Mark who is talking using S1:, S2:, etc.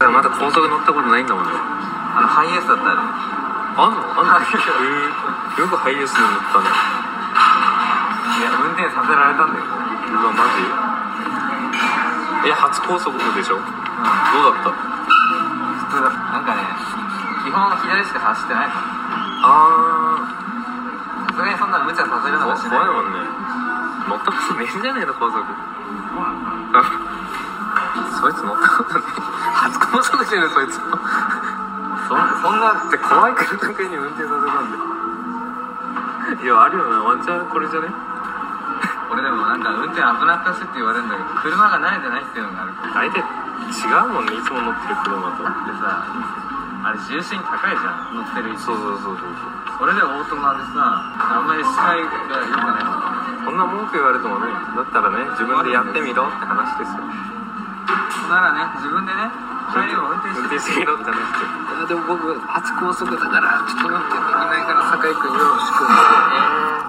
S1: からまだ高速乗ったことないんだもんね
S2: あのハイエースだったらね
S1: あんのあんのへえよくハイエースに乗ったね
S2: いや運転させられたんだよ
S1: うわマジえ初高速でしょどうだった
S2: 普通だなんかね基本左しか走ってないから
S1: あ
S2: さすがにそんな無茶させる
S1: あ
S2: の
S1: 怖
S2: はしない
S1: いもんね乗ったことねえんじゃねえの高速 あそいつ乗ったことねえ初高速じゃねえそいつ
S2: そんそんな
S1: で怖いからだけに運転させたんでいやあるよなワンチャンこれじゃね
S2: 俺でもなんか運転危なっかしいって言われるんだけど車が慣れてないっていうのがある
S1: 大
S2: から
S1: 体違うもんねいつも乗ってる車と
S2: でさあれ重心高いじゃん乗ってる位置
S1: そうそうそうそう
S2: それでオートマでさあんまり視界が良くないか
S1: そうこ
S2: ら
S1: んな文句言われてもねだったらね自分でやってみろって話ですよ
S2: ならね自分でね帰りを運転して
S1: 運転してみろって話ですよ
S3: でも僕初高速だからちょっと運転できないから酒井君よろしく
S2: えー、